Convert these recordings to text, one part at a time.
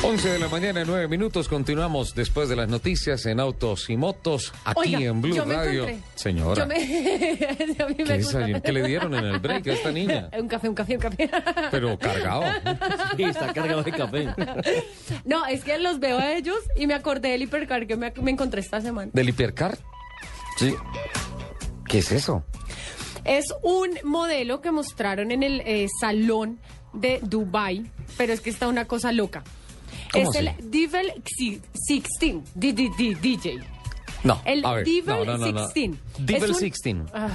11 de la mañana, 9 minutos. Continuamos después de las noticias en Autos y Motos aquí Oiga, en Blue yo me Radio. encontré. Señora, Yo me... a mí me ¿qué, gusta. desayuno? ¿Qué le dieron en el break a esta niña? Un café, un café, un café. Pero cargado. Sí, está cargado de café. No, es que los veo a ellos y me acordé del hipercar que me, me encontré esta semana. ¿Del hipercar? Sí. ¿Qué es eso? Es un modelo que mostraron en el eh, salón de Dubai, pero es que está una cosa loca. ¿Cómo es así? el Divel Xi- 16, D- D- D- DJ. No. El a ver. Devil no, no, no, no. 16. Devil Es un- 16. Ay,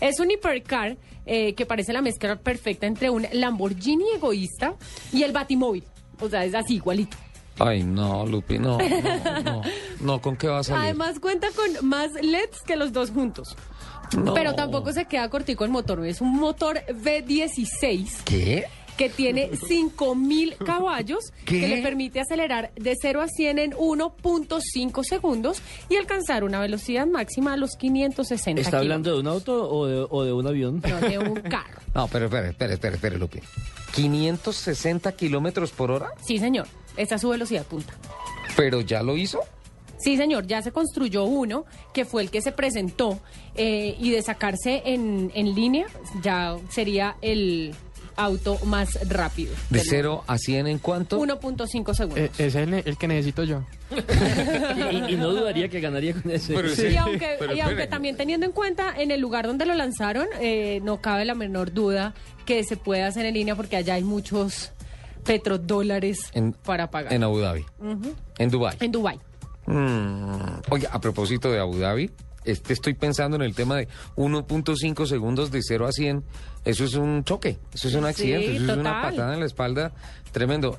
es un hipercar eh, que parece la mezcla perfecta entre un Lamborghini egoísta y el Batimóvil. O sea, es así, igualito. Ay, no, Lupi, no. No, no, no, ¿con qué va a salir? Además cuenta con más LEDs que los dos juntos. No. Pero tampoco se queda cortico el motor. Es un motor V16 ¿Qué? que tiene 5000 caballos ¿Qué? que le permite acelerar de 0 a 100 en 1.5 segundos y alcanzar una velocidad máxima a los 560 ¿Está hablando kilómetros. de un auto o de, o de un avión? No, de un carro. No, pero espere, espere, espere, espere, Lupi. ¿560 kilómetros por hora? Sí, señor. Esa es su velocidad punta. ¿Pero ya lo hizo? Sí, señor, ya se construyó uno que fue el que se presentó eh, y de sacarse en, en línea ya sería el auto más rápido. ¿De del 0 a 100 en cuánto? mundo. 1.5 Eh, segundos. ese es el, el que necesito yo. Y, y no dudaría que ganaría con ese. Pero Y aunque, pero y aunque espere. también teniendo en cuenta en el lugar donde lo lanzaron, eh, no cabe la menor duda que se puede hacer en línea porque allá hay muchos petrodólares En- para pagar. En En, Abu Dhabi. En Dubái. Dubái. Mm, Oye, a propósito de Abu Dhabi, este estoy pensando en el tema de 1.5 segundos de 0 a 100. Eso es un choque, eso es un Sí, accidente, eso es una total. patada en la espalda tremendo.